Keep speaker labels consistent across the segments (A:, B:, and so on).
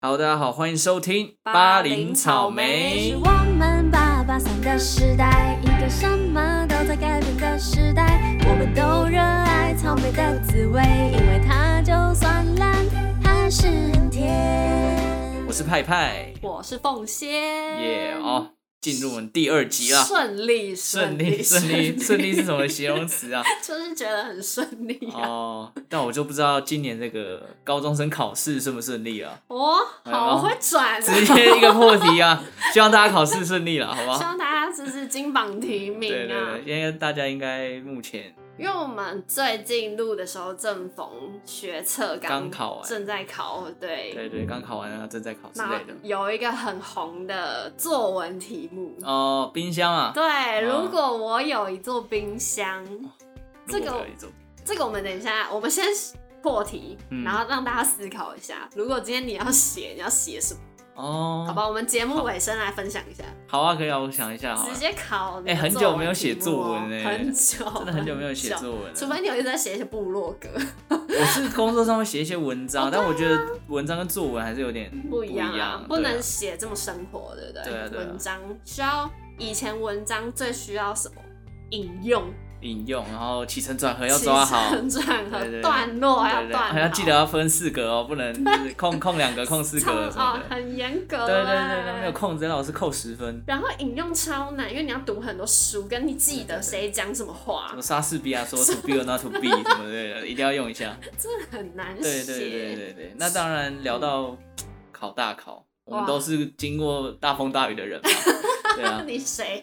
A: 好，大家好，欢迎收听《
B: 巴
A: 零
B: 林
A: 草
B: 草
A: 莓
B: 莓
C: 是》。我们八八三的时代，一个什么都在改变的时代。我们都热爱草莓的滋味，因为它就算烂，还是很甜。
A: 我是派派，
B: 我是凤仙，
A: 耶、哦，进入我们第二集啦，
B: 顺利，
A: 顺利顺利顺利是什 么形容 词啊？
B: 就是觉得很顺利啊。
A: 哦，但我就不知道今年这个高中生考试顺不顺利啊？
B: 哦，好
A: 哎呦
B: 会转啊！
A: 直 接一个破题啊！希望大家考试顺利了，好不
B: 希
A: 好？
B: 望大家就是金榜题名
A: 对对
B: 啊
A: 对，！因为大家应该目前
B: 因为我们最近录的时候正逢学测
A: 刚考完
B: 正在考，
A: 对对刚考完啊，正在考之
B: 然后
A: 类的。
B: 有一个很红的作文题目，
A: 哦，冰箱啊，
B: 对，
A: 嗯
B: 如果我有一座冰箱，
A: 如
B: 这
A: 果
B: 个
A: 可以做
B: 这个我们等一下，我们先破题，
A: 嗯
B: 然后让大家思考一下，如果今天你要写，你要写什么？
A: 哦，
B: 好吧，我们节目尾声来分享一下，
A: 好啊，可以啊，我想一下好了
B: 直，接考你的
A: 哎很久
B: 作文
A: 没有写
B: 题目
A: 作文
B: 哦
A: 哎
B: 很久，
A: 真的很久没有写作文了
B: 除非你有一直在写一些部落格，
A: 我是工作上会写一些文章，但我觉得文章跟作文还是有点
B: 哦啊不
A: 一
B: 一样啊，不
A: 对
B: 能写这么生活，对不对？
A: 对啊对啊
B: 文章需要以前文章最需要什么？引用，
A: 引用，然后起承转合要
B: 起
A: 抓好，
B: 承转合
A: 对对对
B: 段 落
A: 对
B: 要
A: 对对，
B: 断好，
A: 还要记得要分四格哦，不能就是空空两格、空四
B: 超
A: 格什
B: 哦
A: 么，的。
B: 很欸严格
A: 对
B: 嘞，
A: 对对，对没有空，直接老师扣十分。
B: 然后引用超难，因为你要读很多书，跟你记得谁讲什么话
A: 什么，莎士比 亚说 “to be or not to be” 什么的，一定要用一下。
B: 很难
A: 对对对
B: 写。
A: 对对，那当然聊到考大考，我们
B: 哇
A: 都是经过大风大雨的人嘛。对啊，
B: 你谁？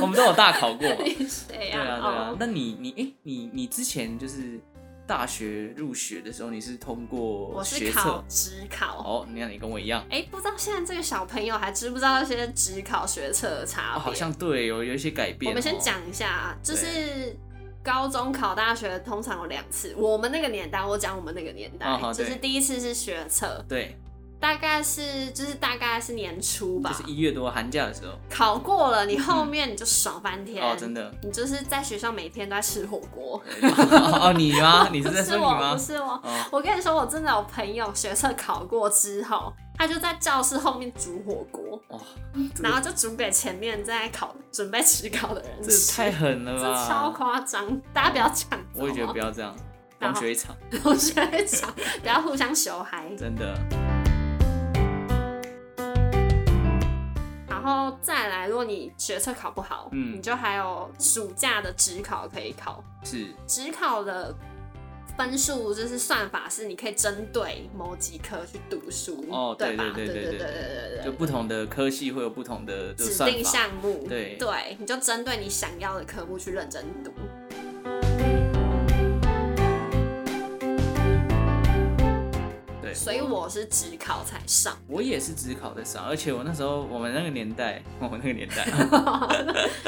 A: 我们都有大考过嘛。
B: 你谁
A: 对啊，对啊
B: 哦。
A: 那你你诶，你你之前就是大学入学的时候，你是通过
B: 我
A: 学
B: 是考
A: 测？
B: 职考。
A: 哦，你看你跟我一样，
B: 哎，不知道现在这个小朋友还知不知道一些职考学测的差
A: 哦，
B: 别？
A: 好像对，有有一些改变哦。
B: 我们先讲一下，啊就是高中考大学通常有两次。我们那个年代，我讲我们那个年代
A: 啊哈，
B: 就
A: 对
B: 是第一次是学测，
A: 对，
B: 大概是就是大概是年初吧
A: 就。是一月多寒假的时候。
B: 考过了，你后面你就爽翻天。
A: 哦，真 的。
B: 你就是在学校每天都在吃火锅，
A: 哦，你 吗？你是
B: 不
A: 在说
B: 是
A: 你
B: 我，
A: 吗
B: 不？是我。
A: 哦，
B: 我跟你说，我真的有朋友学测考过之后，他就在教室后面煮火锅，
A: 哇，哦这个
B: 然后就煮给前面在考准备吃考的人
A: 这
B: 吃，
A: 太狠了
B: 这超
A: 吧！
B: 夸张，大家不要抢。
A: 啊我也觉得
B: 好
A: 不
B: 吗，
A: 要这样，
B: 然
A: 同
B: 后
A: 学一场，
B: 同学会抢，不要互相羞嗨。
A: 真的。
B: 然后再来，如果你学测考不好，
A: 嗯
B: 你就还有暑假的职考可以考。
A: 是
B: 职考的分数就是算法是你可以针对某几科去读书，
A: 哦对
B: 吧？
A: 对
B: 对
A: 对对
B: 对
A: 对
B: 对
A: 就不同的科系会有不同的这个
B: 指
A: 算
B: 定
A: 法。
B: 项目，
A: 对
B: 对，你就针对你想要的科目去认真读。
A: 对，
B: 所以我是职考才上，
A: 我也是只考得上，而且我那时候我们那个年代， 我们那个年代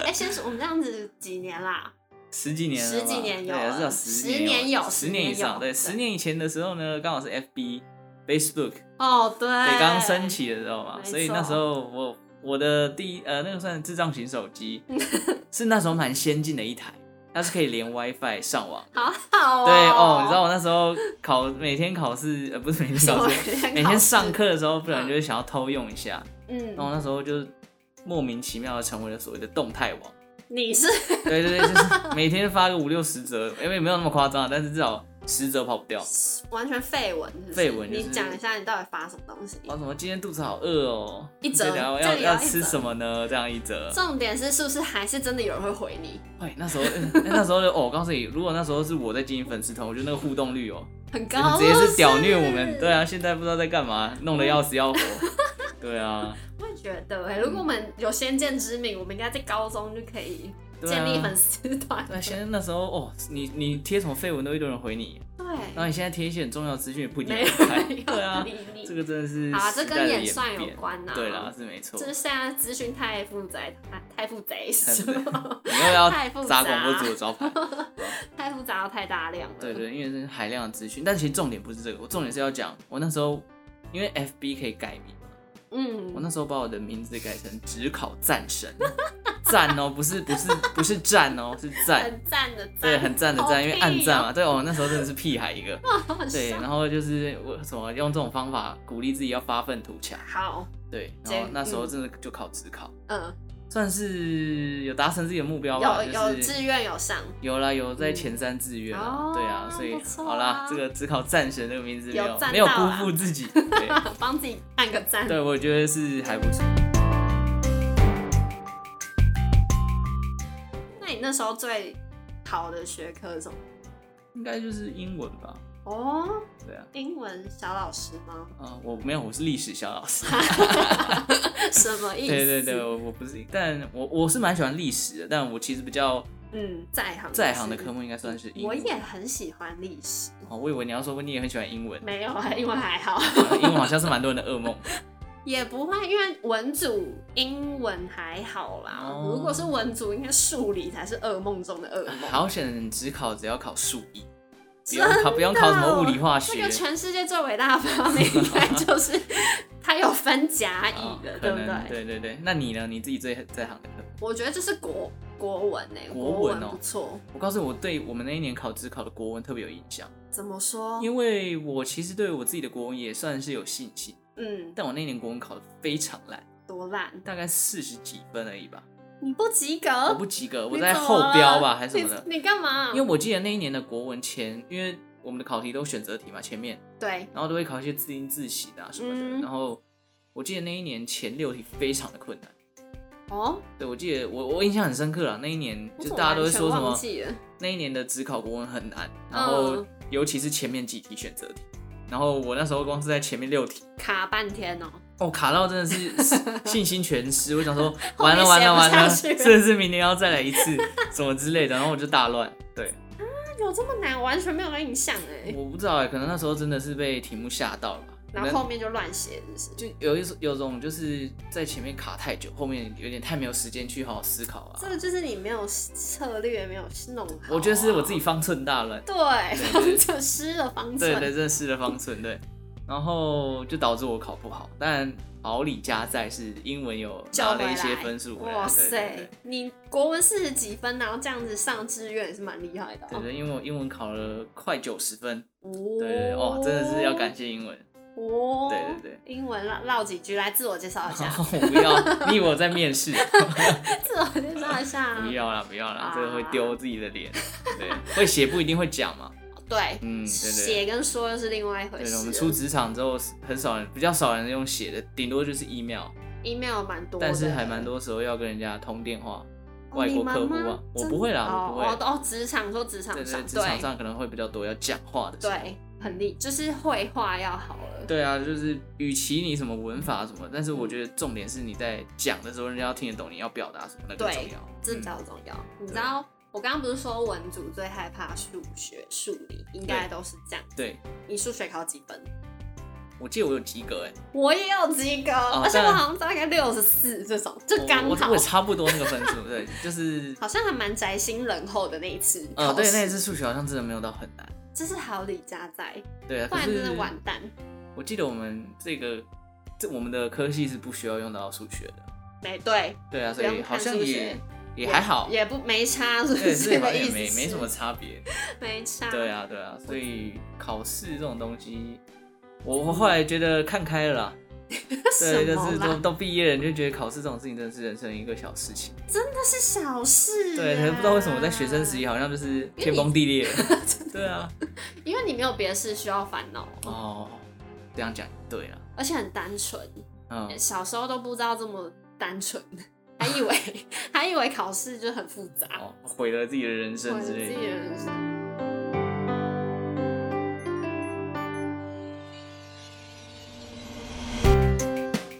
B: 哎、先说我们这样子几年啦，
A: 十几年了吧，
B: 十几年有
A: 对，
B: 了
A: 至少
B: 十
A: 年
B: 年有
A: 十
B: 十
A: 年以
B: 年
A: 上。
B: 有
A: 对，
B: 对
A: 十年以前的时候呢，刚好是 FB、Facebook
B: 哦对，
A: 对刚升，起的时候嘛，
B: 没错
A: 所以那时候我我的第一呃那个算智障型手机， 是那时候蛮先进的一台，它是可以连 WiFi 上网。
B: 好好哦，
A: 对哦，你知道我那时候考每天考试呃不是每天
B: 什
A: 考
B: 么
A: 试，每天上，课哦的时候，不然
B: 嗯
A: 就是想要偷用一下，
B: 嗯
A: 然，后那时候就是莫名其妙的成为了所谓的动态网。
B: 你是
A: 对对对，就是每天发个五六十则， 因为没有那么夸张啊，但是至少十则跑不掉。
B: 完全废文是不是，
A: 废文就是哦
B: 你讲一下你到底发什么东西？
A: 然后什么今天肚子好饿哦，
B: 一则
A: 对然后
B: 这
A: 要
B: 里有
A: 要
B: 一则
A: 吃什么呢？这样一则。
B: 重点是是不是还是真的有人会回你？
A: 哎，那时候 那时候的哦，我告诉你，如果那时候是我在经营粉丝团，我觉得那个互动率哦，
B: 很
A: 你们
B: 高，啊
A: 直接
B: 不
A: 是屌虐我们。对
B: 我
A: 啊，现在不知道在干嘛，弄得要死 要活。对啊，
B: 也觉得哎、如果我们有先见之明，我们应该在高中就可以
A: 对啊
B: 建立粉丝团。
A: 那现在那时候哦，你你贴什么绯闻都一堆人回你，然
B: 对，
A: 后你现在贴一些很重要的资讯也不一定
B: 没
A: 有
B: 有
A: 人看。啊对啊
B: 人，理你。
A: 这个真的是
B: 好啊，这
A: 时代
B: 跟
A: 的
B: 演
A: 演
B: 算有
A: 变
B: 关呐、
A: 对啦，，是没错
B: 就。 是现在资讯太复杂，太太复杂，是 吗
A: 你又要
B: 太复
A: 砸
B: 杂
A: 广播组的招牌，
B: 太复杂到太大量了。
A: 对对，因为是海量的资讯。但其实重点不是这个，我重点是要讲，我那时候因为 FB 可以改名，我
B: 嗯，
A: 那时候把我的名字改成只考战神，赞哦，不是不是不是赞哦，是赞，
B: 很赞的赞，
A: 对，很赞的
B: 好
A: 赞，因为暗赞
B: 屁
A: 嘛，对哦，那时候真的是屁孩一个，
B: 哦，好
A: 对，
B: 笑
A: 然后就是我什么用这种方法鼓励自己要发愤图强，
B: 好，
A: 对，
B: 这
A: 然后那时候
B: 嗯
A: 真的就考职考，
B: 嗯，
A: 算是有达成自己的目标吧，
B: 有有
A: 就是
B: 志愿有上，
A: 有啦，有在前三志愿啊
B: 嗯，
A: 对啊
B: 哦，
A: 所以
B: 不错啊
A: 好啦，这个只考战神这个名字没
B: 有
A: 有
B: 赞
A: 没有
B: 到
A: 辜
B: 啊
A: 负自己， 对。
B: 帮自己按个赞。
A: 对，我觉得是还不错。
B: 那你那时候最好的学科是什么？
A: 应该就是英文吧？
B: 哦，
A: 对啊，
B: 英文小老师吗？
A: 啊、我没有，我是历史小老师。
B: 什么意思？
A: 对对对，，我我不是，但我我是蛮喜欢历史的，但我其实比较
B: 嗯，在行
A: 在行的
B: 是
A: 科目应该算是英文。
B: 我也很喜欢历史，
A: 哦，我以为你要说你也很喜欢英文，
B: 没有啊，英文还好，
A: 英文好像是蛮多人的噩梦。
B: 也不会，因为文组英文还好啦。
A: 哦
B: 如果是文组，应该数理才是噩梦中的噩梦。
A: 好险，只考只要考数一，不
B: 真
A: 用
B: 的，
A: 考不用考什么物理化
B: 这
A: 学。
B: 个全世界最伟大的 发明，应该就是它有分甲乙的，
A: 哦可
B: 对不
A: 能
B: 对？
A: 对对对，那你呢？你自己最在行的科目？
B: 我觉得这是国国文呢、
A: 国文哦
B: 不错。
A: 我告诉你，我对我们那一年考只考的国文特别有印象，
B: 怎么说？
A: 因为我其实对我自己的国文也算是有信心。
B: 嗯，
A: 但我那年国文考得非常烂，
B: 多烂，
A: 大概四十几分而已吧，
B: 你不及格，
A: 我不及格，我
B: 哦你
A: 在
B: 怎么
A: 后标吧
B: 了
A: 还是什么的。
B: 你你干嘛？
A: 因为我记得那一年的国文前，因为我们的考题都选择题嘛，前面
B: 对，
A: 然后都会考一些字音字形啊什么的，
B: 嗯
A: 然后我记得那一年前六题非常的困难。
B: 哦，
A: 对，我记得我我印象很深刻了，那一年
B: 我
A: 就
B: 怎么
A: 大家都会
B: 完全
A: 说什
B: 忘
A: 么，
B: 记了
A: 那一年的只考国文很难，然后
B: 嗯
A: 尤其是前面几题选择题，然后我那时候光是在前面六题。
B: 卡半天哦，
A: 哦，卡到真的是信 心全失，我想说
B: 后
A: 完
B: 面
A: 了完
B: 写
A: 了
B: 不
A: 完
B: 下
A: 了，
B: 去了
A: 甚至明年要再来一次什么之类的，然后我就大乱。对，
B: 那有这么难？完全没有印象哎。
A: 我不知道哎、可能那时候真的是被题目吓到了吧。
B: 然
A: 可
B: 后
A: 能
B: 后面就乱写，就是
A: 就有一有种就是在前面卡太久，后面有点太没有时间去好好思考啊
B: 这。个就是你没有策略，没有弄好啊。啊
A: 我觉得是我自己方寸大乱，对
B: 对，
A: 对
B: 就失了方
A: 对
B: 寸。
A: 对，真的失了方寸，对，然后就导致我考不好。但好礼加在是英文有拿
B: 交回
A: 了
B: 来
A: 一些分数回来，
B: 哇
A: 对对对
B: 塞。，你国文四十几分，然后这样子上志愿也是蛮厉害的
A: 对
B: 哦。
A: 对，因为我英文考了快九十分，
B: 哦
A: 对对哦，真的是要感谢英文。
B: 哦。
A: 对对对。
B: 英文唠唠几句，来自我介绍 一下，
A: 我不要，你以为我在面 试？
B: 自我介绍一下。
A: 不要啦，不要啦
B: 啊，
A: 这个会丢自己的脸。对，会写不一定会讲嘛。
B: 对，
A: 嗯，对对。
B: 写跟说又是另外一回
A: 对
B: 事
A: 对，
B: 了。
A: 我们出职场之后，很少人，比较少人用写的，顶多就是 email，
B: email 蛮多的，
A: 但是还蛮多时候要跟人家通电话，
B: 哦
A: 外国客户
B: 你们
A: 啊
B: 吗，
A: 我不会啦，
B: 哦
A: 我不会。
B: 哦哦，职场说职场
A: 对对，
B: 上，
A: 职场上可能会比较多要讲话的时候。
B: 对，很厉，就是绘画要好了。
A: 对啊，就是与其你什么文法什么，但是
B: 嗯
A: 我觉得重点是你在讲的时候，人家要听得懂你要表达什么，那更重
B: 对
A: 要。，
B: 这比
A: 嗯
B: 较重要。你知道我刚刚不是说文组最害怕数学、数理，应该都是这样。
A: 对，
B: 你数学考几分？
A: 我记得我有及格哎、
B: 我也有及格，而且
A: 当
B: 我
A: 然
B: 好像大概六十四这种，就
A: 我
B: 刚
A: 哦我
B: 好
A: 我，也差不多那个分数，对，就是
B: 好像还蛮宅心仁厚的那一次考
A: 呃，
B: 试。
A: 对，那一次数学好像真的没有到很难，
B: 这是好礼加在，
A: 对啊，
B: 不
A: 可
B: 然真
A: 是
B: 的完蛋。
A: 我记得我们这个这我们的科系是不需要用到数学的，
B: 没对，
A: 对啊，
B: 不
A: 所
B: 用
A: 以好
B: 看
A: 像
B: 数
A: 也
B: 学
A: 也还好，
B: 也不没差， 是不
A: 对，
B: 是
A: 所以
B: 这
A: 好
B: 个
A: 像
B: 意
A: 也
B: 思？
A: 没没什么，差别，
B: 没差。
A: 对啊，对啊，所
B: 嗯
A: 以考试这种东西，我我后来觉得看开了啦。对，
B: 什
A: 就
B: 么
A: 是都
B: 啦，
A: 都毕业了，你就觉得考试这种事情真的是人生一个小事情。
B: 那是小事。啊
A: 对，可是不知道为什么我在学生时期，好像就是天崩地 裂。对啊，
B: 因为你没有别的事需要烦恼，
A: 哦，这样讲对了，
B: 而且很单纯。
A: 嗯，
B: 小时候都不知道这么单纯，还以为 还以为考试就很复杂，
A: 哦，毁了自己的人
B: 我
A: 生
B: 自
A: 之类
B: 己
A: 的。
B: 人生。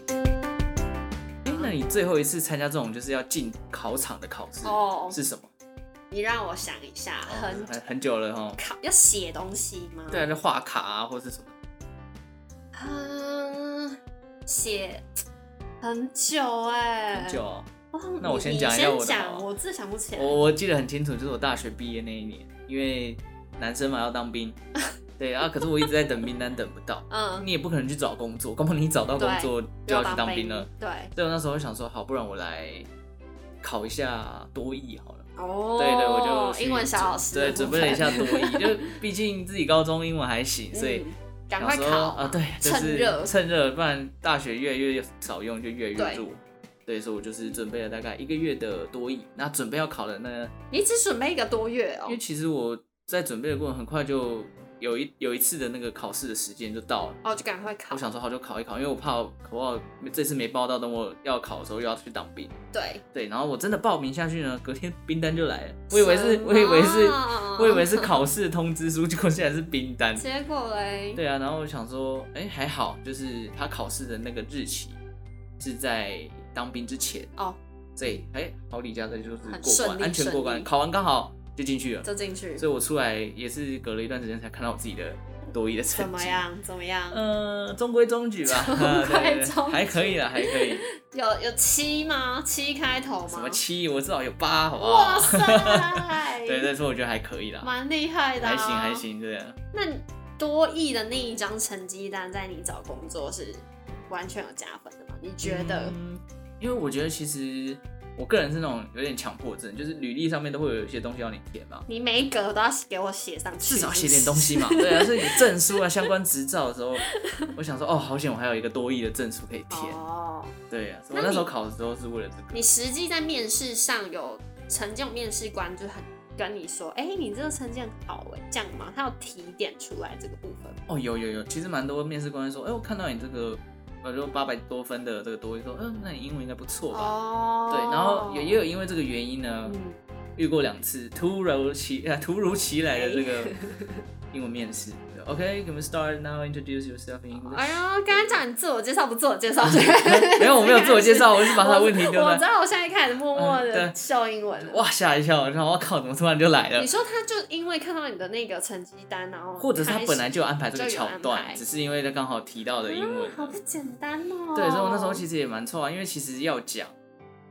A: 哎、那你最后一次参加这种就是要进考场的考试、
B: 哦
A: 是什么？
B: 你让我想一下，
A: 哦
B: 很
A: 很很久了哈。
B: 考要写东西吗？
A: 对啊，就画卡啊，或是什么。
B: 嗯，写很久哎、
A: 很久、哦，
B: 哇。
A: 那我
B: 你
A: 先
B: 你
A: 讲一下我的
B: 先
A: 好了
B: 我自己想不起来。嗯
A: 我我记得很清楚，就是我大学毕业那一年，因为男生嘛要当 兵，对啊，可是我一直在等名单等不到，
B: 嗯，
A: 你也不可能去找工作，根本你找到工作就要去当兵了。
B: 对，
A: 所以我那时候想说，好，不然我来考一下多译好了。
B: 哦，
A: 对对，我就去
B: 英文小
A: 准
B: 老师的
A: 对，
B: 部
A: 准备了一
B: 分
A: 下多译， 就毕竟自己高中英文还行，所以
B: 嗯赶
A: 想
B: 快
A: 说
B: 考
A: 啊，对，就
B: 趁
A: 是
B: 热
A: 趁热，不然大学越来越少用，就越来
B: 对
A: 越弱。对，所以我就是准备了大概一个月的多译，那准备要考的呢，
B: 你只准备一个多月哦
A: 因为，其实我在准备的过程，很快就有一有一次的那个考试的时间就到了。
B: 哦，就赶快考
A: 我。想说好就考一考，因为我怕我考不好，这次没报到，等我要考的时候又要去当兵。
B: 对，
A: 对，然后我真的报名下去呢，隔天兵单就来了。我以为是，我以为
B: 什
A: 是，
B: 么
A: 我以为是考试通知书，结果现在是兵单。
B: 结果嘞，
A: 对啊，然后我想说，哎、还好，就是他考试的那个日期是在当兵之前
B: 哦，
A: 所以哎、好李家这就是
B: 很
A: 过
B: 顺
A: 关，
B: 利
A: 安全过
B: 顺
A: 关，
B: 利
A: 考完刚好就进去了。
B: 就进去，
A: 所以我出来也是隔了一段时间才看到我自己的多一的成绩。
B: 怎么？样？怎么样？
A: 呃，中规中矩吧，
B: 中规中
A: 对
B: 矩
A: 还可以啦，还可以。
B: 有有七吗？七开头吗？
A: 什么七，我至少有八，好不
B: 哇
A: 好？
B: 塞！
A: 对，对，所以我觉得还可以啦，
B: 蛮厉害的、
A: 还行还。行，对啊。
B: 那你多益的那一张成绩单，在你找工作是完全有加分的吗？你觉得？
A: 嗯因为我觉得其实我个人是那种有点强迫症，就是履历上面都会有一些东西要你填嘛，
B: 你每一格都要给我写上去，
A: 至少写点东西 嘛。对啊，所以你证书啊、相关执照的时候，我想说，哦，好险，我还有一个多亿的证书可以填。
B: 哦，
A: 对啊，
B: 那
A: 我
B: 你
A: 那时候考的时候是为了这个。
B: 你实际在面试上有曾经有面试官就很跟你说，哎、你这个成绩很好哎、这样吗？他有提点出来这个部分吗。
A: 哦，有有有，其实蛮多面试官说，哎、我看到你这个，呃，就八百多分的这个多，说，嗯、那你英文应该不错吧？
B: 哦
A: 对，然后也也有因为这个原因呢，
B: 嗯，
A: 遇过两次突如其啊突如其来的这个
B: 哎
A: 英文面试。OK，can、we start now? Introduce yourself in English.
B: 哎呦，刚刚讲你自我介绍不自我介绍，
A: 没有，我没有自我介绍，我是把他的问题丢
B: 我知
A: 在。
B: 道，我现在开始默默
A: 嗯
B: 的
A: 对
B: 秀英文了。
A: 哇，吓一跳！然后我靠，怎么突然就来了
B: 你？说他就因为看到你的那个成绩单，然后
A: 或者是他
B: 开始
A: 本来就有安排这个
B: 就有
A: 桥
B: 安排
A: 段，只是因为他刚好提到的英文。
B: 啊好不简单哦。
A: 对，所以我那时候其
B: 实
A: 实也蛮错啊，因为其实要讲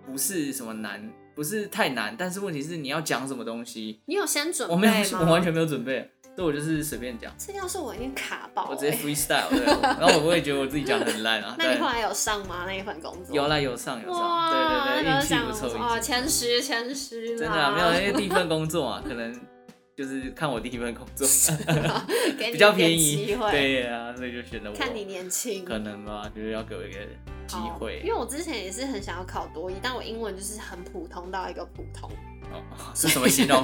A: 不是什么难，不是太难，但是问题是你要讲什么东西，
B: 你有先准备
A: 我
B: 吗？
A: 没有，我完全没有准备，所以我就是随便讲，
B: 这要是我一定卡爆、欸。，
A: 我直接 freestyle，对， 然后我不会觉得我自己讲得很烂啊
B: 那你后
A: 对，
B: 来有上吗？那一份工作？
A: 有啦有上有上，
B: 哇，
A: 对对对，
B: 那
A: 运
B: 个
A: 气
B: 讲
A: 不错，运
B: 哦，
A: 气
B: 谦虚谦虚
A: 不错
B: 啦。
A: 真的啊没有，因为第一份工作啊，可能就是看我第一份工 作
B: 给你
A: 比较
B: 一点
A: 便宜
B: 机，会，
A: 对啊，所以就选择我，
B: 看你年轻。
A: 可能吧，就是要给我一个机
B: 好因
A: 会
B: 为，我之前也是很想要考多一，但我英文就是很普通到一个普通，
A: 哦，是什么形 容？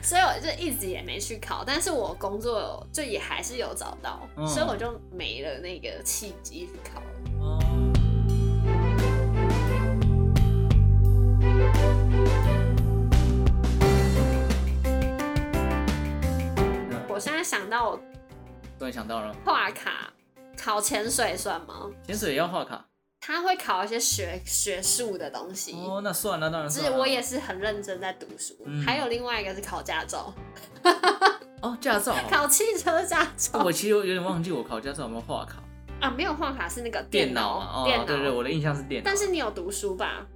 B: 所以我就一直也没去考，但是我工作就也还是有找到，
A: 嗯
B: 所以我就没了那个契机去考了。
A: 哦
B: 我现在想到我
A: 突然想到了，
B: 画卡考潜水算吗？
A: 潜水也要画卡
B: 他会考一些学学术的东西，
A: 哦，那算了，那当然
B: 就是
A: 算了。
B: 我也是很认真在读书。
A: 嗯
B: 还有另外一个是考驾照，
A: 哦，驾 照哦。
B: 考汽车驾照
A: 我其实有点忘记我考驾照有没有画卡，
B: 啊，没有画卡是那个
A: 电脑
B: 脑
A: 啊，
B: 电
A: 哦，对对，我的印象是电脑。
B: 但是你有读书吧？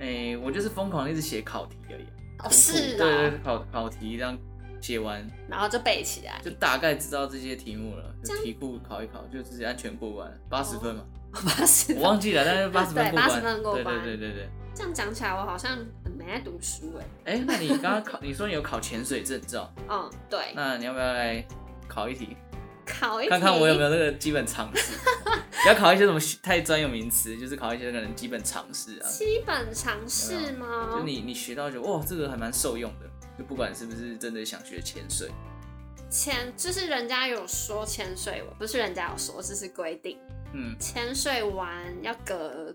A: 哎，我就是疯狂的一直写考题而已，
B: 哦，是
A: 对
B: 啊，
A: 对，考考题这样写完，
B: 然后就背起来。
A: 就大概知道这些题目了，
B: 这
A: 就
B: 样
A: 题库考一考，就直接安全过关，八十分嘛，
B: 八十
A: 我忘记了，但是八十分
B: 对
A: 过关，
B: 80分过
A: 对
B: 关
A: 对对对对。
B: 这样讲起来，我好像很没在读书哎、
A: 哎、那你刚刚考，你说你有考潜水证照，
B: 嗯， 对，
A: 那你要不要来考一题，
B: 考一题
A: 看看我有没有那个基本常 识？不要考一些什么学太专有名词，就是考一些可能基本常识啊，
B: 基本常识吗？
A: 就你你学到就哇，这个还蛮受用的，就不管是不是真的想学潜水，
B: 潜就是人家有说潜水，不是人家有说，这是规定，
A: 嗯，
B: 潜水完要隔。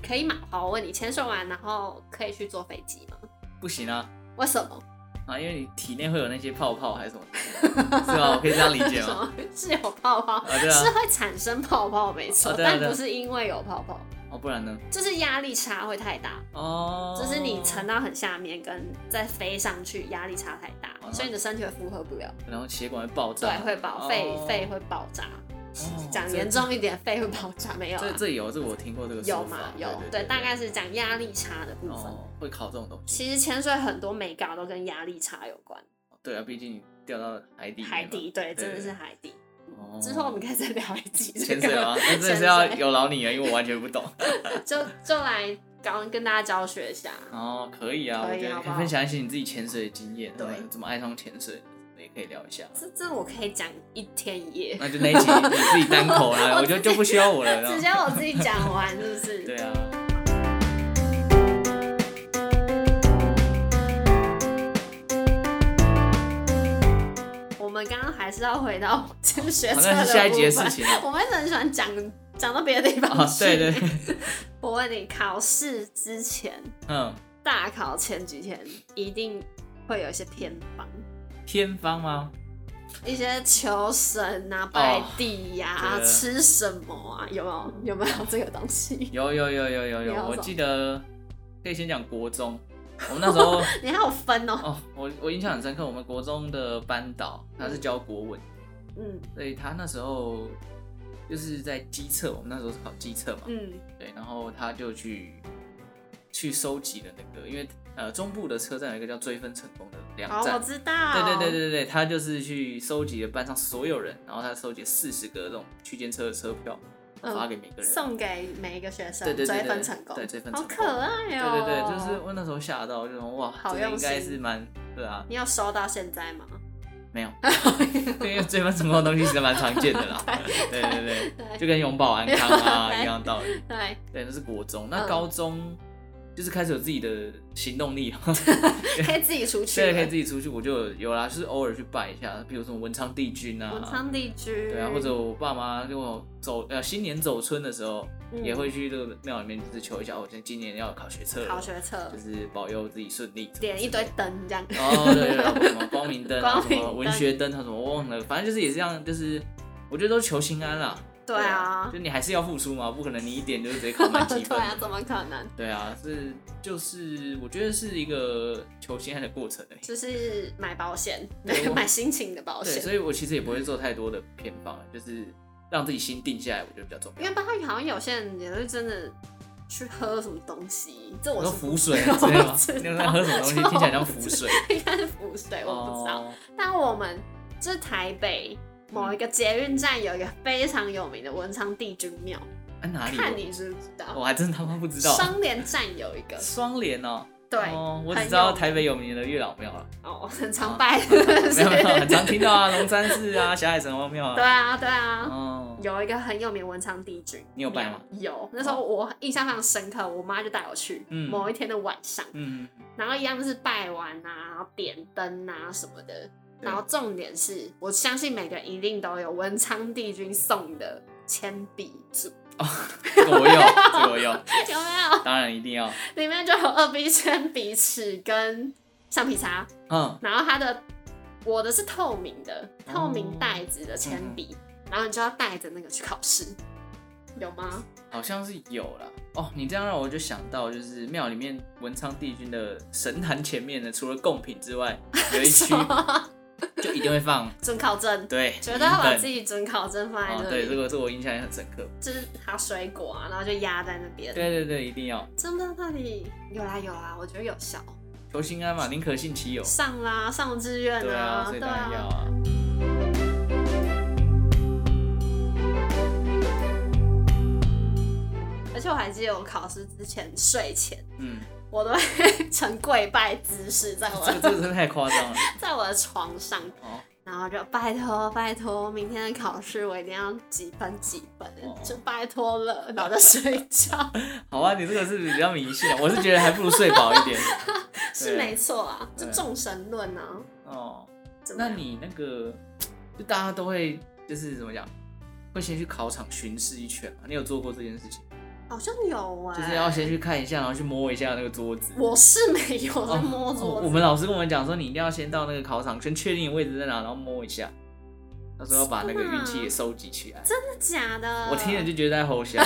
B: 可以吗？好，我问你，潜水完然后可以去坐飞机吗？
A: 不行啊
B: 为什么？
A: 啊，因为你体内会有那些泡泡还是 什么，是吧？我可以这样理解
B: 什
A: 吗？
B: 么 是有泡泡，
A: 啊，对
B: 是
A: 啊，
B: 会产生泡泡没错，
A: 啊对啊
B: 但
A: 对啊
B: 不是因为有泡泡，
A: 哦，不然呢？
B: 就是压力差会太大。
A: 哦，
B: 就是你沉到很下面，跟再飞上去压力差太大，
A: 哦
B: 所以你的身体会负荷不了，
A: 然后血管会爆炸，
B: 对，会爆肺
A: 哦
B: 肺会爆炸。
A: 哦
B: 讲
A: 这
B: 严重一点，肺会爆炸，没有啊
A: 这这有，这我听过这个
B: 有
A: 说
B: 嘛
A: 法，
B: 有
A: 对，
B: 对，大概是讲压力差的部分。
A: 哦，会考这种东西。
B: 其实潜水很多美感都跟压力差有关，
A: 对啊，毕竟你掉到海底里面嘛，
B: 海底对，真的是
A: 对
B: 海底。
A: 哦
B: 之后我们可以再聊一集这
A: 潜水
B: 个
A: 吗？那真的
B: 潜
A: 是要
B: 水
A: 有劳你了，因为我完全不懂。
B: 就就来刚跟大家教学一下。
A: 哦，可以啊，
B: 可以
A: 我觉得
B: 好不
A: 可以
B: 好
A: 分享一些你自己潜水的经验，
B: 对
A: 怎么怎么爱上潜水，也可以聊一下。
B: 这这我可以讲一天一夜，
A: 那就那一集你自己单口 啦，我就就不需要我了。
B: 直接
A: 这样
B: 我自己讲完，是不 是？
A: 对啊，
B: 我们刚刚还是要回到 先学车
A: 好
B: 的
A: 像是下一集的
B: 部分
A: 事情了
B: 我们一直很喜欢讲讲到别的地方
A: 啊
B: 去。
A: 对对，对
B: 我问你，考试之前，
A: 嗯，
B: 大考前几天一定会有一些偏方，
A: 偏方吗？
B: 一些求神啊、拜地呀、
A: 哦对啊
B: 吃什么啊，有没有？有没有这个东西？
A: 有有有有有
B: 你
A: 有，
B: 要
A: 我
B: 什么
A: 记得可以先讲国中，我们那时 候
B: 你还有分哦。
A: 哦，我我印象很深刻，我们国中的班导他是教国文，
B: 嗯
A: 所以他那时候就是在机测，我们那时候是考机测嘛，
B: 嗯
A: 对，然后他就去去收集了那个，因为呃中部的车站有一个叫追分成功的两
B: 好，哦我
A: 站，
B: 知道。
A: 对对对对对，他就是去收集了班上所有人，然后他收集四十个这种区间车的车票，
B: 嗯
A: 发给每个人，
B: 送给每一个学生，
A: 对对对对
B: 追分成功，
A: 对追分
B: 好
A: 成功
B: 可爱哦、
A: 对对对，就是我那时候吓到，就说哇，
B: 好
A: 这个
B: 用
A: 应该
B: 心
A: 是蛮对啊，
B: 你有收到现在吗？
A: 没 有，因为追分成功的东西其实蛮常见的啦，对对对，
B: 对
A: 就跟永保安康啊
B: 对
A: 一样的道理。
B: 对，
A: 对，那是国中，那
B: 嗯
A: 高中就是开始有自己的行动力，
B: 可以自己出去
A: 现
B: 了，
A: 在可以自己出去，我就有有啦，就是偶尔去拜一下，比如什么文昌帝君
B: 文
A: 啊，
B: 昌帝君，
A: 对啊，或者我爸妈跟我走呃新年走春的时候，
B: 嗯
A: 也会去这个庙里面就是求一下，我今今年要考学测了，
B: 考学测
A: 就，是保佑自己顺利，
B: 点一堆。灯这样，
A: 哦，对对 对，什么光明灯啊，
B: 光
A: 什
B: 明
A: 么文
B: 灯
A: 学灯啊，什么我忘了，反正就是也是这样，就是我觉得都求心安啦。
B: 对啊，
A: 就你还是要付出嘛，不可能你一点就直接考 满几分。
B: 对啊，怎么可能？
A: 对啊，是就是我觉得是一个求心安的过程而已
B: 就是买保险，
A: 对我
B: 买心情的保
A: 对，
B: 险，
A: 所以我其实也不会做太多的偏方，啊就是让自己心定下来，我觉得比较重
B: 因为
A: 要。
B: 包括好像有些人也是真的去喝什么东西，这
A: 你
B: 我
A: 说
B: 是
A: 浮水
B: 我
A: 啊之类的吗
B: 不
A: 你有在喝
B: 知？道
A: 什么东西？听起来像浮水。
B: 应该是浮水，我不知道。
A: 哦，
B: 但我们就是台北某一个捷运站有一个非常有名的文昌帝君庙，
A: 啊哪
B: 看
A: 里？哦
B: 你知不知
A: 我
B: 道？
A: 还真他妈不知道。
B: 双连站有一个，
A: 双联哦，
B: 对，
A: 哦，我只
B: 很
A: 知道
B: 有
A: 台北有名的月老 庙了，
B: 哦，很常拜，
A: 没
B: 是
A: 哦有没有，很常听到啊，龙山寺啊，霞海城隍庙
B: 对
A: 啊。
B: 啊，对啊，
A: 哦，
B: 有一个很有名的文昌帝君，
A: 你有拜吗？哦
B: 有，那时候我印象非常深刻，我妈就带我去，
A: 嗯
B: 某一天的晚上，
A: 嗯，
B: 然后一样就是拜完啊，然后点灯啊什么的，
A: 对
B: 然后重点是我相信每个人一定都有文昌帝君送的铅笔组，
A: 这个我有，这个我有，
B: 有没有？
A: 当然一定要。
B: 里面就有二 B 铅笔尺跟橡皮擦，
A: 嗯，
B: 然后它的我的是透明的，透
A: 嗯
B: 明袋子的铅笔，然后你就要带着那个去考试，有吗？
A: 好像是有啦。哦，你这样让我就想到，就是庙里面文昌帝君的神坛前面呢，除了贡品之外，有一 区就一定会放
B: 准考证，
A: 对
B: 绝对要把
A: 银
B: 自
A: 粉
B: 己准考证放在
A: 啊，
B: 那
A: 对
B: 里，
A: 这个这个我印象也很深刻。
B: 就是还有水果啊，然后就压在那边。
A: 对对对，一定要
B: 真的那里有啦有啊啦，我觉得有效，
A: 求心安嘛，宁可信其有。
B: 上啦上志愿
A: 对啊，所以
B: 对
A: 当然要
B: 啊，
A: 啊。
B: 而且我还记得我考试之前睡前，
A: 嗯，
B: 我都会 成跪拜姿势在 我
A: 这个这个真的太夸张了。
B: 在我的床上，
A: 哦，
B: 然后就拜托拜托，明天的考试我一定要几分几分，
A: 哦
B: 就拜托了，然后就睡 觉，
A: 好啊，你这个是比较迷信啊，我是觉得还不如睡饱一点。
B: 是没错啊，就
A: 对
B: 众神论啊。
A: 哦，
B: 怎么
A: 那
B: 样
A: 你那个就大家都会就是怎么讲，会先去考场巡视一圈嘛？你有做过这件事情吗？
B: 好像有哎、
A: 就是要先去看一下，然后去摸一下那个桌子。
B: 我是没有在
A: 哦
B: 摸桌
A: 哦
B: 子，
A: 我们老师跟我们讲说，你一定要先到那个考场，先确定位置在哪，然后摸一下。他说要把那个运气也收集起来。
B: 啊真的假的？
A: 我听了就觉得在吼 笑，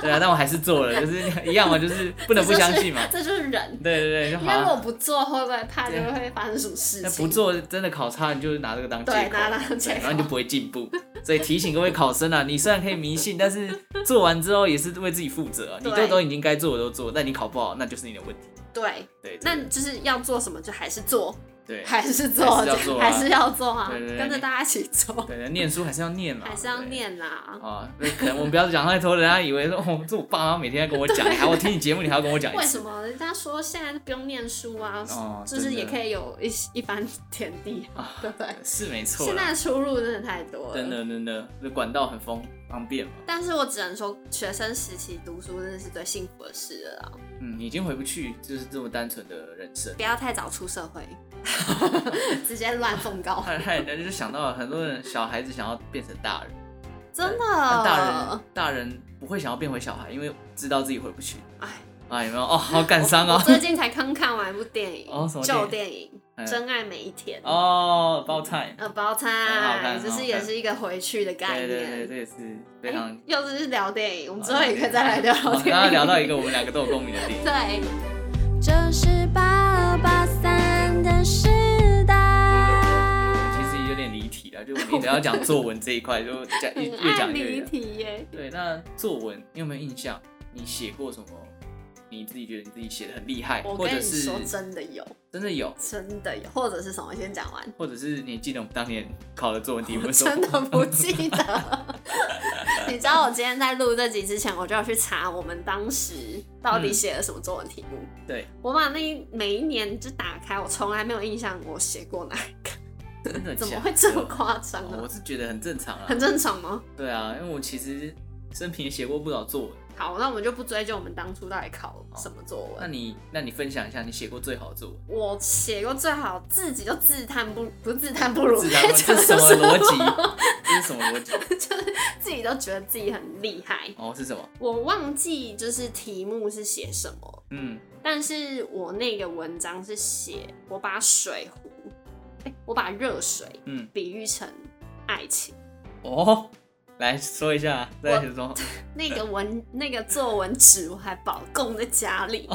A: 对啊，但我还是做了，就是一样嘛，就是不能不相信嘛。
B: 这就是人。
A: 对对对，就
B: 因
A: 好
B: 为我
A: 像
B: 不做，会不会怕就
A: 对
B: 会发生什么事
A: 那
B: 情？
A: 不，做真的考差，你就拿这个当借
B: 对，
A: 口。
B: 拿当
A: 对
B: 借
A: 然
B: 口
A: 后你就不会进步。所以提醒各位考生 啊，你虽然可以迷信，但是做完之后也是为自己负责啊、你
B: 对
A: 这都已经该做的都做，但你考不好，那就是你的问题。
B: 对，
A: 对，
B: 那
A: 这个
B: 就是要做什么就还是做，
A: 对
B: 嗯还是做，
A: 还是要做啊
B: 还是要做啊，
A: 对对对
B: 跟着大家一起做，
A: 对，念书还是要念嘛，
B: 还是要
A: 对
B: 念啦。
A: 啊。那可能我们不要讲太多，人家以为说 哦，这我爸妈每天在跟我讲，还我听你节目，你还要跟我讲一
B: 为
A: 次。
B: 什么人家说现在都不用念书啊？
A: 哦
B: 就是也
A: 真的
B: 可以有一一番田地啊，
A: 啊
B: 对不对？
A: 是没错
B: 现在
A: 啦，
B: 的出路真的太多了，
A: 真。的真的，这管道很方方便嘛。
B: 但是我只能说，学生时期读书真的是最幸福的事了啦。
A: 嗯，已经回不去，就是这么单纯的人生。
B: 不要太早出社会， 直接乱奉告，
A: 害害人就想到了很多人小孩子想要变成大人，
B: 真的。
A: 但
B: 哦
A: 大人大人不会想要变回小孩，因为知道自己回不去
B: 哎，
A: 啊，有没有？哦，好感伤
B: 我
A: 哦。
B: 最近才刚看完一部电影，
A: 哦什么
B: 旧
A: 电
B: 电影
A: 嗯
B: 《真爱每一天》。
A: 哦，包菜，
B: 呃，
A: 很
B: 包
A: 好
B: 菜
A: 看
B: 就是也是一个回去的概
A: 对对对，
B: 念。
A: 这也是非常。
B: 又是聊电影，我们之后也可以再来聊聊
A: 好
B: 电影。
A: 刚哦刚聊到一个我们两个都有共鸣的地方。
B: 对，
C: 这是八八三的时代。
A: 其实有点离题了，就我们一直要讲作文这一块，就 讲越
B: 很
A: 越
B: 爱
A: 讲越
B: 离
A: 远。
B: 题耶。
A: 对，那作文你有没有印象？你写过什么？你自己觉得你自己写的很厉害，
B: 我
A: 或
B: 跟
A: 者
B: 你
A: 是
B: 说，真的有，
A: 真的有，
B: 真的有，或者是什么？先讲完。
A: 或者是你记得我们当年考的作文题目是什
B: 哦 真
A: 么？
B: 的不记得。 你知道我今天在录这集之前，我就要去查我们当时到底写了什么作文题目。
A: 对，
B: 我把那一每一年就打开，我从来没有印象我写过哪，
A: 真的
B: 怎么
A: 假
B: 会
A: 的
B: 这么夸张
A: 哦
B: 呢
A: 我？是觉得很正常啊
B: 很，正常吗？
A: 对啊，因为我其实生平也写过不少作文。
B: 好，那我们就不追究我们当初到底考什么作
A: 那
B: 文。
A: 你那你分享一下你写过最好的作文？
B: 我写过最好自己就自叹不不是自叹不如，
A: 自然这是什 么逻辑？这是什么逻辑？
B: 就是自己都觉得自己很厉害。
A: 哦，是什么？
B: 我忘记就是题目是写什么了
A: 嗯，
B: 但是我那个文章是写我把水壶，哎、我把热水，
A: 嗯
B: 比喻成爱情。
A: 哦，来说一下，在写 中，
B: 那 个文那个作文纸我还保供在家里，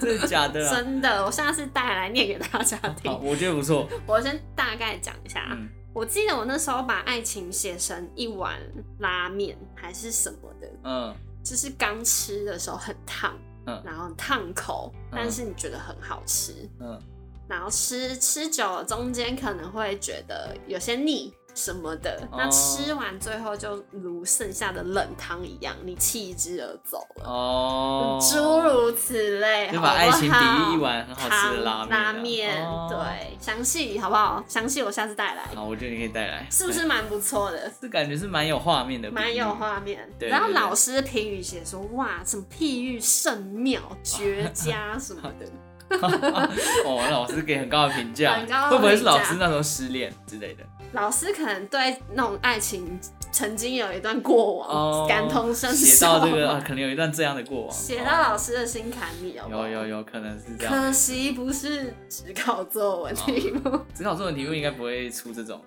A: 真的假的哦啊？
B: 真的，我下次带来念给大家
A: 好，
B: 听。
A: 我觉得不错。
B: 我先大概讲一下，
A: 嗯，
B: 我记得我那时候把爱情写成一碗拉面还是什么的，
A: 嗯
B: 就是刚吃的时候很烫，
A: 嗯
B: 然后很烫口，
A: 嗯
B: 但是你觉得很好吃，
A: 嗯
B: 然后吃吃久了，中间可能会觉得有些腻什么的。
A: 哦
B: 那吃完最后就如剩下的冷汤一样，你弃之而走了，
A: 哦，
B: 诸如此类，
A: 就
B: 好
A: 把爱情
B: 不好
A: 比喻一碗很好吃的拉
B: 汤
A: 面
B: 拉
A: 啊。
B: 面，
A: 哦，
B: 对，详细好不好？详细我下次带来，
A: 好，我觉得你可以带来，哎
B: 是不是蛮不错的？
A: 对？这感觉是蛮有画面的，
B: 蛮有。画面，
A: 对
B: 然后
A: 对对
B: 老师的评语写说，哇，什么譬喻甚 妙、绝佳什么的，
A: 哦，那老师给很高的评价，
B: 很高的评价
A: 会不会是老师那时候失恋之类的？
B: 老师可能对那种爱情曾经有一段过往、
A: 哦，
B: 感同身受，
A: 写到这个，啊可能有一段这样的过往，
B: 写到老师的心坎里哦。
A: 有有有可能是这样。
B: 可惜不是只考作文题目，
A: 只考作文题目应该不会出这种，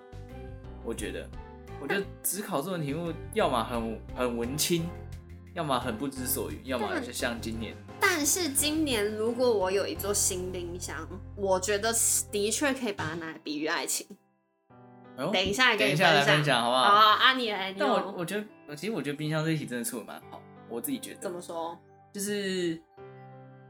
A: 我觉得，我觉得只考作文题目要么很很文青，要么很不知所云，要么
B: 但
A: 就像今年
B: 但是今年如果我有一座新冰箱，我觉得的确可以把它拿来比喻爱情。
A: 哎呦
B: 等一下也跟
A: 等
B: 你
A: 一下来分
B: 享，
A: 享好不
B: 好
A: 好？
B: 啊，你来，你
A: 但我
B: 有
A: 我觉得，我其实我觉得冰箱这一题真的出的蛮好，我自己觉得。
B: 怎么？说？
A: 就是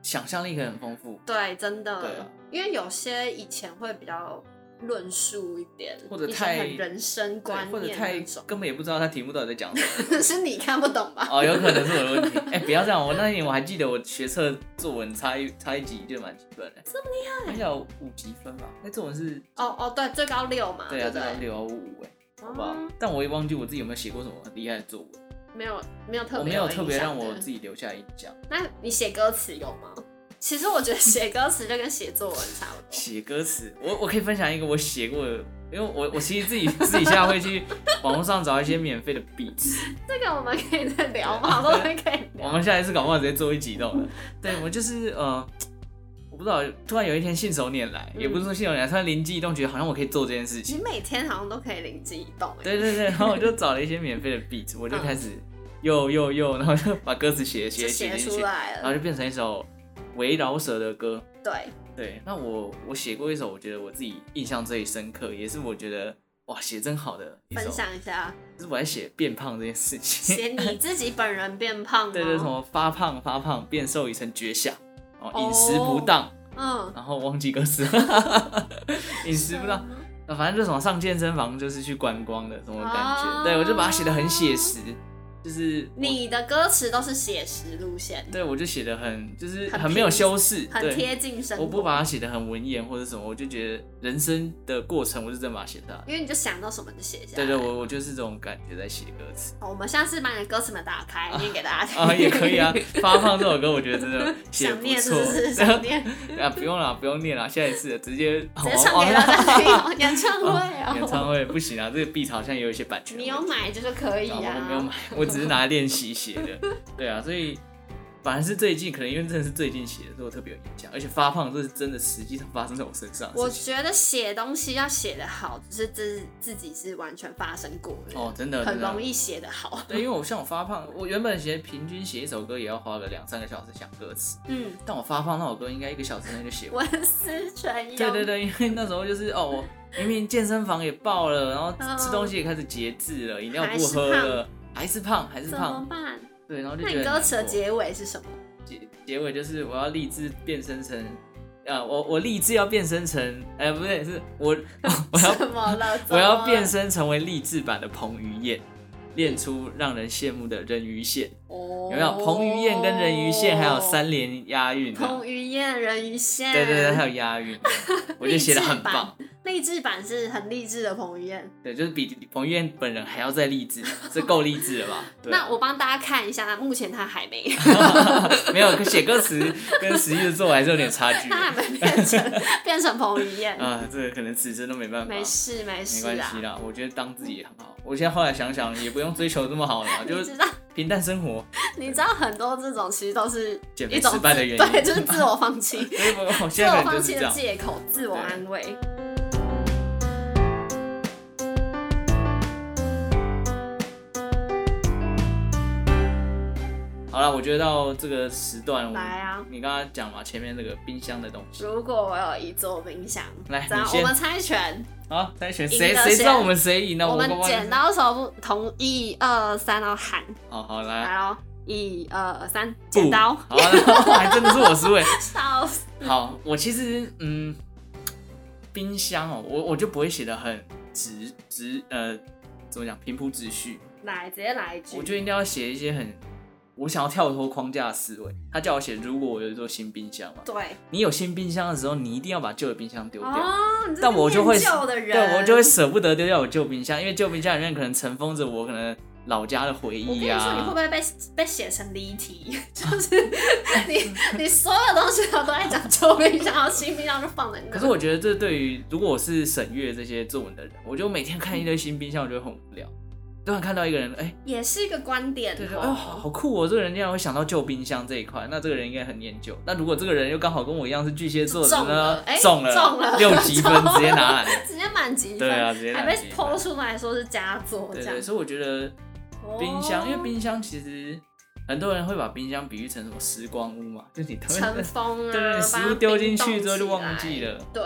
A: 想象力可以很丰富，
B: 对，真
A: 对啊
B: 的，因为有些以前会比较论述一点，
A: 或者
B: 一些
A: 太
B: 很人生
A: 对
B: 观
A: 或者
B: 念
A: 太
B: 那种，
A: 根本也不知道他题目到底在讲什么。
B: 是你看不懂吧？
A: 哦，有可能是我的问题。哎、不要这样，我那年我还记得我学测作文差一差一级就满几分嘞，这么厉害？还有五级分吧？那作文是
B: 哦哦，对，最高六嘛，
A: 对啊，
B: 不
A: 这个
B: 对？
A: 六五五哎，好
B: 好
A: 不好？但我也忘记我自己有没有写过什么很厉害的作文，
B: 没有没有特别，
A: 我没有特别让我自
B: 己。
A: 己留下印象。
B: 那你写歌词有吗？ 其实我觉得写歌词就跟写作文差不 多。
A: 写歌词，我我可以分享一个我写过的，因为我我其实 自己私底下会去网络上找一些免费的 beats，
B: 这个我们可以再聊吗？好多人可以
A: 啊我
B: 聊。
A: 们下一次搞不好直接做一集 弄的。对我就是呃，我不知道，突然有一天信手拈来，
B: 嗯
A: 也不是说信手拈来，突然灵机一动，觉得好像我可以做这件事
B: 你
A: 情。
B: 每天好像都可以灵机一动哎。
A: 对对对，然后我就找了一些免费 的 beat，我就开始又又又，然后就把歌词写
B: 就
A: 写
B: 写啊
A: 写
B: 出
A: 写，
B: 来
A: 然后
B: 了
A: 就，变成一首围饶舌的歌。
B: 对，
A: 对，那我我写过一首，我觉得我自己印象最深刻，也是我觉得哇写真好的一首
B: 分，享一 下，
A: 就是我在写变胖这件事情。
B: 写你自己本人变胖吗？
A: 对对，什么发胖发胖变瘦已成绝响，哦，
B: 哦
A: 饮食不当，
B: 嗯，
A: 然后忘记歌词， 饮
B: 啊
A: 食不到，那反正就是往上健身房就是去观光的什么感觉。
B: 哦
A: 对我就把它写的很写实，就是我
B: 你的歌词都是写实路线，
A: 对我就写的很就是
B: 很
A: 很没有
B: 平
A: 修饰，
B: 很
A: 对
B: 贴近生活。
A: 我不把它写的很文言或者什么，我就觉得人生的过程我是真的把它写到。
B: 因为你就想到什么就写下来。
A: 对对，我我就是这种感觉在写歌词
B: 好我们下次把你的歌词们打开，念给大家听。
A: 啊，也可以 啊。发胖这首歌我觉得真的写得
B: 想
A: 不
B: 念是
A: 错
B: 不 是？想念，
A: 啊，不用了，不用念了，下一次啊直接
B: 直接
A: 往
B: 唱
A: 往
B: 给大家听。演唱会哦，
A: 演唱会不行啊，这个 beat 好像也有一些版权问
B: 你
A: 题。
B: 有买就是可以
A: 啊？
B: 啊。
A: 我没有买， 我只是拿来练习写的。对啊，所以反而是最近，可能因为真的是最近写的，所以我特别有印象。而且发胖这是真的，实际上发生在我身上的
B: 我
A: 事情。
B: 觉得写东西要写得好，只是自自己是完全发生过的，
A: 哦，真的
B: 很
A: 真的
B: 容易写得好。
A: 对，因为我像我发胖，我原本写平均写一首歌也要花个两三个小时想歌词，
B: 嗯，
A: 但我发胖那首歌应该一个小时内就写完。
B: 文思泉涌。
A: 对对对，因为那时候就是哦，我明明健身房也爆了，然后
B: 嗯
A: 吃东西也开始节制了，饮料不喝了，还是胖，还是
B: 怎么
A: 胖。
B: 办？
A: 对，然后就
B: 那
A: 觉得
B: 你
A: 很
B: 歌词的
A: 难过
B: 结尾是什么？
A: 结结尾就是我要立志变身成，呃，我我立志要变身成，哎、不对，是我 我要
B: 怎么了？
A: 我要变
B: 成
A: 身成为励志版的彭于晏，练出让人羡慕的人鱼线，
B: 有
A: 有没有？彭于晏跟人鱼线还有三连押韵、啊
B: 哦彭，于晏、人鱼线。
A: 对对对，还有押 韵，我觉得写的很棒。
B: 励志版是很励志的彭于晏。
A: 对，就是比彭于晏本人还要再励 志，这够励志了吧？对啊
B: 那我帮大家看一下，目前他 还没，
A: 没有写歌词跟实际的做还是有点差 距
B: 他还没变成变成彭于 晏。
A: 啊、这个可能词真的没办法。
B: 没事没
A: 没
B: 事
A: 关
B: 啊，
A: 系啦，我觉得当自己也很好。我现在后来想想，也不用追求这么好 了，就
B: 你
A: 是
B: 知道
A: 平淡生活。
B: 你知道很多这种其实都是
A: 减肥
B: 一种
A: 失败的原因，
B: 对，就是自我放弃
A: 所以我我
B: 自
A: 现在
B: 我
A: 可能
B: 放
A: 就是
B: 弃
A: 这
B: 的
A: 样。
B: 借口，自我安慰。
A: 好了，我觉得到这个时段，我
B: 来啊
A: 你刚刚讲嘛，前面那个冰箱的东西，
B: 如果我有一座冰箱，
A: 来
B: 怎样
A: 你
B: 我
A: 先
B: 们猜拳，
A: 好，猜拳，
B: 赢
A: 谁
B: 的
A: 谁知道
B: 先
A: 我们谁赢呢？
B: 我们
A: 乖乖
B: 剪刀手不同一二三，然后喊，
A: 好好来，
B: 来喽，一二三，
A: 不
B: 剪刀，
A: 好，那还真的是我输哎。
B: 笑死，
A: 好，我其实嗯，冰箱哦，我我就不会写的很直直呃，怎么讲平铺直叙，
B: 来直接来一
A: 我
B: 句，
A: 就应该要写一些很，我想要跳脱框架的思维。他叫我写，如果我有一座新冰箱嘛，
B: 对，
A: 你有新冰箱的时候，你一定要把旧的冰箱丢掉。
B: 哦，你这
A: 但
B: 是
A: 我就会
B: 念旧的人，
A: 对我就会舍不得丢掉我旧冰箱，因为旧冰箱里面可能尘封着我可能老家的回
B: 我跟
A: 忆啊
B: 你
A: 呀、
B: 说，你会不会被被写成离 题？就是你你所有东西都在讲旧冰箱，然后新冰箱就放在那。
A: 可是我觉得这对于如果我是审阅这些作文的人，我就每天看一堆新冰箱，我觉得很无聊。突然看到一个人，哎、
B: 也是一个观点
A: 对对，哎、好
B: 哦。
A: 好酷哦！这个人竟然会想到旧冰箱这一块，那这个人应该很念旧。那如果这个人又刚好跟我一样是巨蟹座的
B: 中了
A: 呢
B: 哎，
A: 中
B: 中了
A: 六级分
B: 中了
A: 直接拿来。
B: 直接满级分，
A: 对啊直接
B: 还
A: 满
B: 被
A: 级分
B: 剖出来说是佳作这
A: 对
B: 样
A: 对，。所以我觉得冰箱，
B: 哦
A: 因为冰箱其实很多人会把冰箱比喻成什么时光屋嘛，就是你 突然
B: 尘封啊，
A: 对对，食
B: 把
A: 物
B: 它
A: 丢进
B: 冰冻
A: 去之后就
B: 起
A: 忘记
B: 来。
A: 了。
B: 对，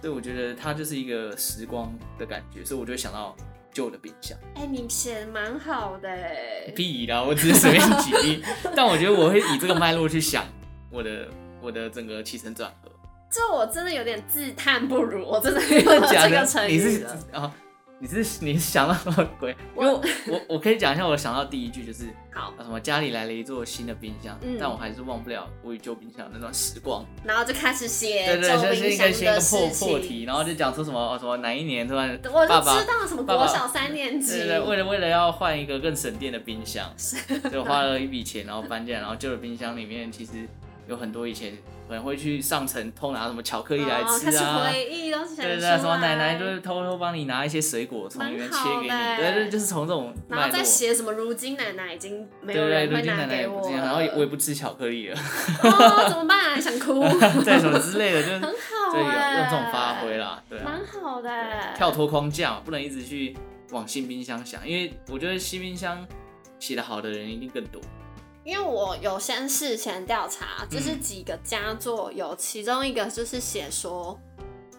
A: 所以我觉得它就是一个时光的感觉，所以我就会想到旧的冰箱。
B: 哎，你写的蛮好的哎，
A: 屁啦，我只是随便举例， 但我觉得我会以这个脉络去想我的我的整个起承转合。
B: 这我真的有点自叹不如，我真的
A: 真
B: 有
A: 的假
B: 这
A: 的
B: 个？成
A: 你
B: 语
A: 是
B: 了。
A: 啊？你是你是想到什么鬼？因为我我我可以讲一下，我想到第一句就是
B: 好，
A: 啊什么家里来了一座新的冰箱，
B: 嗯
A: 但我还是忘不了我与旧冰箱的那段时光。
B: 然后就开始写
A: 对对，
B: 旧
A: 先先
B: 冰
A: 一
B: 箱
A: 个先一
B: 的
A: 个破
B: 事
A: 破
B: 情
A: 题，。然后就讲出什么哦什么哪一年突然
B: 我就
A: 爸爸
B: 知道什么
A: 爸
B: 国
A: 爸
B: 小三年级，
A: 对对，为了为了要换一个更省电的冰箱，就花了一笔钱，然后搬进来，然后旧的冰箱里面其实有很多以前可能会去上层偷拿什么巧克力来
B: 哦
A: 吃
B: 开始
A: 啊，
B: 回忆都是想哎
A: 对对
B: 出
A: 对，
B: 来，
A: 什么奶奶就会偷偷帮你拿一些水果从里面切给你，
B: 蛮好的
A: 对对，就是从这种
B: 然
A: 脉
B: 后
A: 络
B: 再。写什么如今奶奶已经没
A: 对
B: 有
A: 对，
B: 人
A: 如
B: 会
A: 今奶
B: 拿
A: 奶也
B: 给
A: 不
B: 我
A: 这
B: 了，
A: 样，然后也我也不吃巧克力 了，
B: 哦怎么办？想 哭，
A: 对什么之类的，就是
B: 好
A: 对有
B: 哎
A: 用这种发挥啦，对啊
B: 蛮，好的，
A: 跳脱框架嘛，不能一直去往新冰箱想，因为我觉得新冰箱写的好的人一定更多。
B: 因为我有先事前调查，就是
A: 嗯
B: 几个佳作，有其中一个就是写说，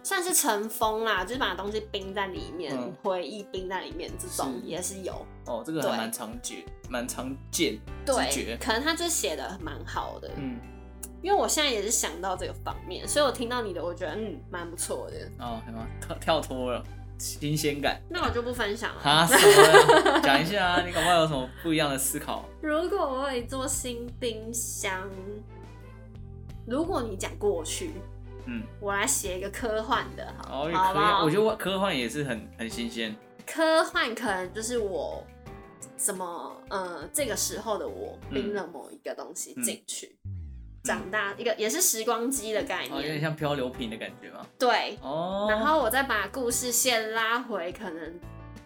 B: 算是尘封啦，就是把东西冰在里面，
A: 嗯
B: 回忆冰在里面，这种
A: 是
B: 也是有。
A: 哦，这个
B: 对
A: 还蛮常见，蛮常见直
B: 对，
A: 觉。
B: 可能他就写的蛮好的。
A: 嗯，
B: 因为我现在也是想到这个方面，所以我听到你的，我觉得嗯蛮不错的。
A: 哦，什么跳跳脱了新鲜感
B: 那我就不分享了。
A: 啊？什么 呀？讲一下啊，你搞不好有什么不一样的思考？啊
B: 如果我有一座新冰箱，如果你讲过去，
A: 嗯，
B: 我来写一个科幻的好，
A: 哦，也可
B: 好
A: 以啊，
B: 吧？
A: 我觉得科幻也是很很新鲜。
B: 科幻可能就是我怎么呃这个时候的我
A: 嗯
B: 拎了某一个东西进去，长大一个也是时光机的概
A: 哦，有点
B: 念，
A: 像漂流瓶的感觉嘛。
B: 对。
A: 哦，
B: 然后我再把故事线拉回可能。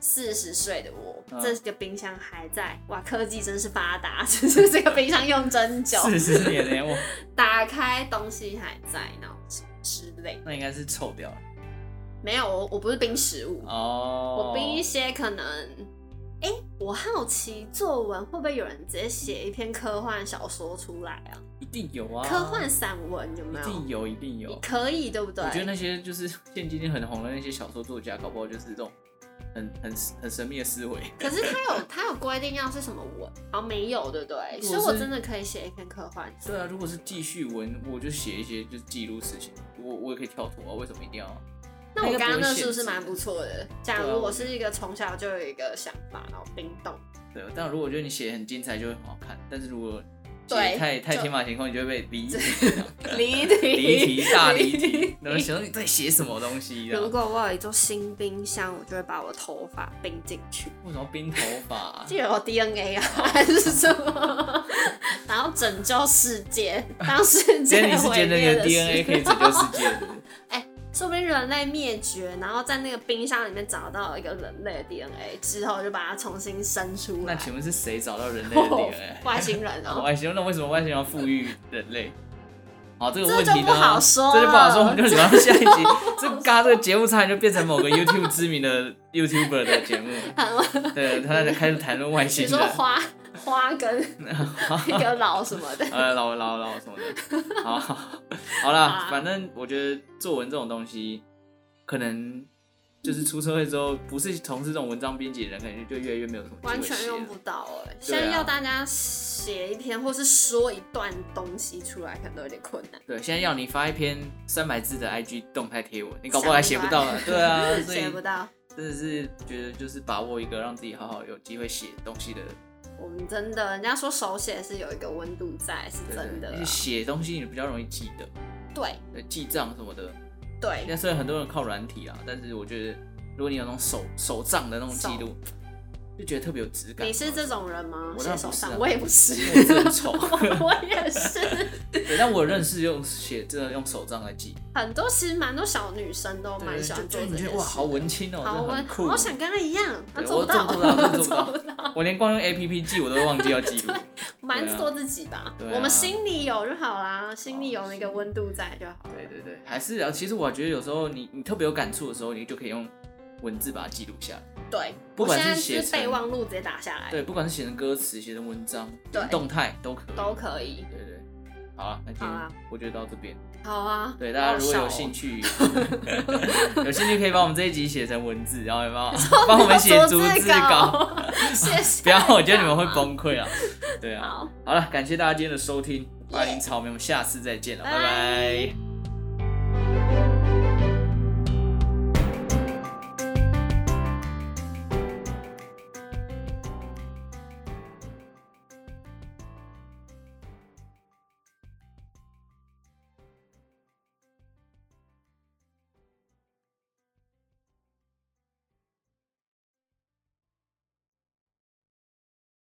B: 四十岁的我，
A: 嗯
B: 这个冰箱还在，哇，科技真是发达，只是这个冰箱用真久，
A: 四十年呢，哇，
B: 打开东西还在，那种之类。
A: 那应该是臭掉了。
B: 没有，我我不是冰食物，
A: 哦，
B: 我冰一些可能，哎、我好奇作文会不会有人直接写一篇科幻小说出来啊？
A: 一定有啊，
B: 科幻散文有没
A: 一
B: 有？
A: 定有，一定有
B: 你。可以对不对
A: 我？觉得那些就是现今天很红的那些小说作家，搞不好就是这种很很很神秘的思维。
B: 可是他有他有规定要是什么文，好像没有对不对？
A: 如
B: 所
A: 果
B: 以我
A: 是
B: 真的可以写一篇科幻。
A: 对啊，如果是记叙文，我就写一些就是记录事情，我我也可以跳脱啊，为什么一定要？
B: 那我刚刚那是不是
A: 应该不会限制
B: 蛮不错的？假
A: 对啊
B: 如我是一个从小就有一个想法，然后冰冻，
A: 对，但如果我觉得你写很精彩，就会很好看。但是如果写
B: 对
A: 太太
B: 就
A: 天马行空，你就 会被离题啊
B: 离题
A: 离题大离题，然后想说你在写什么东西啊？
B: 如果我有一座新冰箱，我就会把我头发冰进去，
A: 为什么冰头发 啊、
B: 就有 DNA 啊，还是什么，然后拯救世界，当世
A: 今
B: 界
A: 天你是
B: 毁
A: 觉得你
B: 灭
A: 的
B: 的
A: DNA 可以
B: 时候
A: 拯救世界的？
B: 说不定人类灭绝，然后在那个冰箱里面找到一个人类的 DNA 之后，就把它重新生出
A: 那
B: 来。哦
A: 请问是谁找到 人类的 DNA？
B: 外星 人哦、
A: 外星人那为什么外星人要富裕人类？好，这个
B: 这
A: 问题呢，
B: 就不好说
A: 这就不好说，
B: 了
A: 我们就留到下一 集。这嘎，这个节目差点就变成某个 YouTube 知名的 YouTuber 的节目。对，他在开始谈论外
B: 你
A: 星
B: 说
A: 人，
B: 花 花跟一个老什么的，
A: 呃，老老老什么的。好，好啦
B: 好，啊
A: 反正我觉得作文这种东西，可能就是出社会之后，不是从事这种文章编辑的人，感觉就越来越没有什么机会
B: 完全
A: 写
B: 用
A: 了
B: 不到哎、
A: 啊
B: 现在要大家写一篇或是说一段东西出来，可能都有点困难。
A: 对，现在要你发一篇三百字的 IG 动态贴文，你搞不好还写不到 了。
B: 想不
A: 对啊，所以
B: 写不到，
A: 真的是觉得就是把握一个让自己好好有机会写东西的，
B: 我们真的，人家说手写是有一个温度在，是
A: 对
B: 真的
A: 对
B: 啦
A: 你。写东西你比较容易记得，
B: 对
A: 对，记账什么的。现在
B: 对，
A: 虽然很多人靠软体啊，但是我觉得如果你有那种手手账的那种记录，就觉得特别有质感。啊
B: 你是这种人吗？
A: 我当
B: 写
A: 然不
B: 手
A: 是啊
B: 上，我也不是，
A: 我是很丑
B: 我也是。
A: 对，但我认识用写这个用手账来记，
B: 很多其实蛮多小女生都
A: 对
B: 蛮喜欢
A: 就
B: 做
A: 就
B: 这
A: 你
B: 件
A: 觉
B: 事
A: 得。哇，好文青哦，真
B: 好
A: 的
B: 我
A: 很酷。
B: 我想跟她一样，她
A: 对
B: 做
A: 我
B: 不到，
A: 做不到啊真的做不到
B: 做不到，
A: 我连光用 A P P 记我都会忘记要记 录。
B: 蛮
A: 对啊
B: 做自己吧。
A: 对啊
B: 我们心里有就好啦，心里有那个温度在就好了。
A: 对对对，还是啊，其实我觉得有时候你你特别有感触的时候，你就可以用文字把它记录下来。
B: 对，
A: 不管
B: 我
A: 是
B: 现在
A: 写
B: 是备
A: 成
B: 忘录直接打下来
A: 对，不管是写成歌词、写成文章、
B: 哎对
A: 动态都可以。
B: 都可以。
A: 对对，好啊，那今
B: 好
A: 天
B: 啊
A: 我觉得到这边。
B: 好啊，
A: 对，大家如果有兴
B: 趣，
A: 趣，有兴趣可以把我们这一集写成文字，然后有 没有帮我们写逐
B: 哦
A: 字稿？，
B: 谢谢。
A: 不要，我觉得你们会崩溃啊。对啊，
B: 好。
A: 好了，感谢大家今天的收听，
B: 耶
A: 八零草莓，我们下次再见了，
B: 拜
A: 拜拜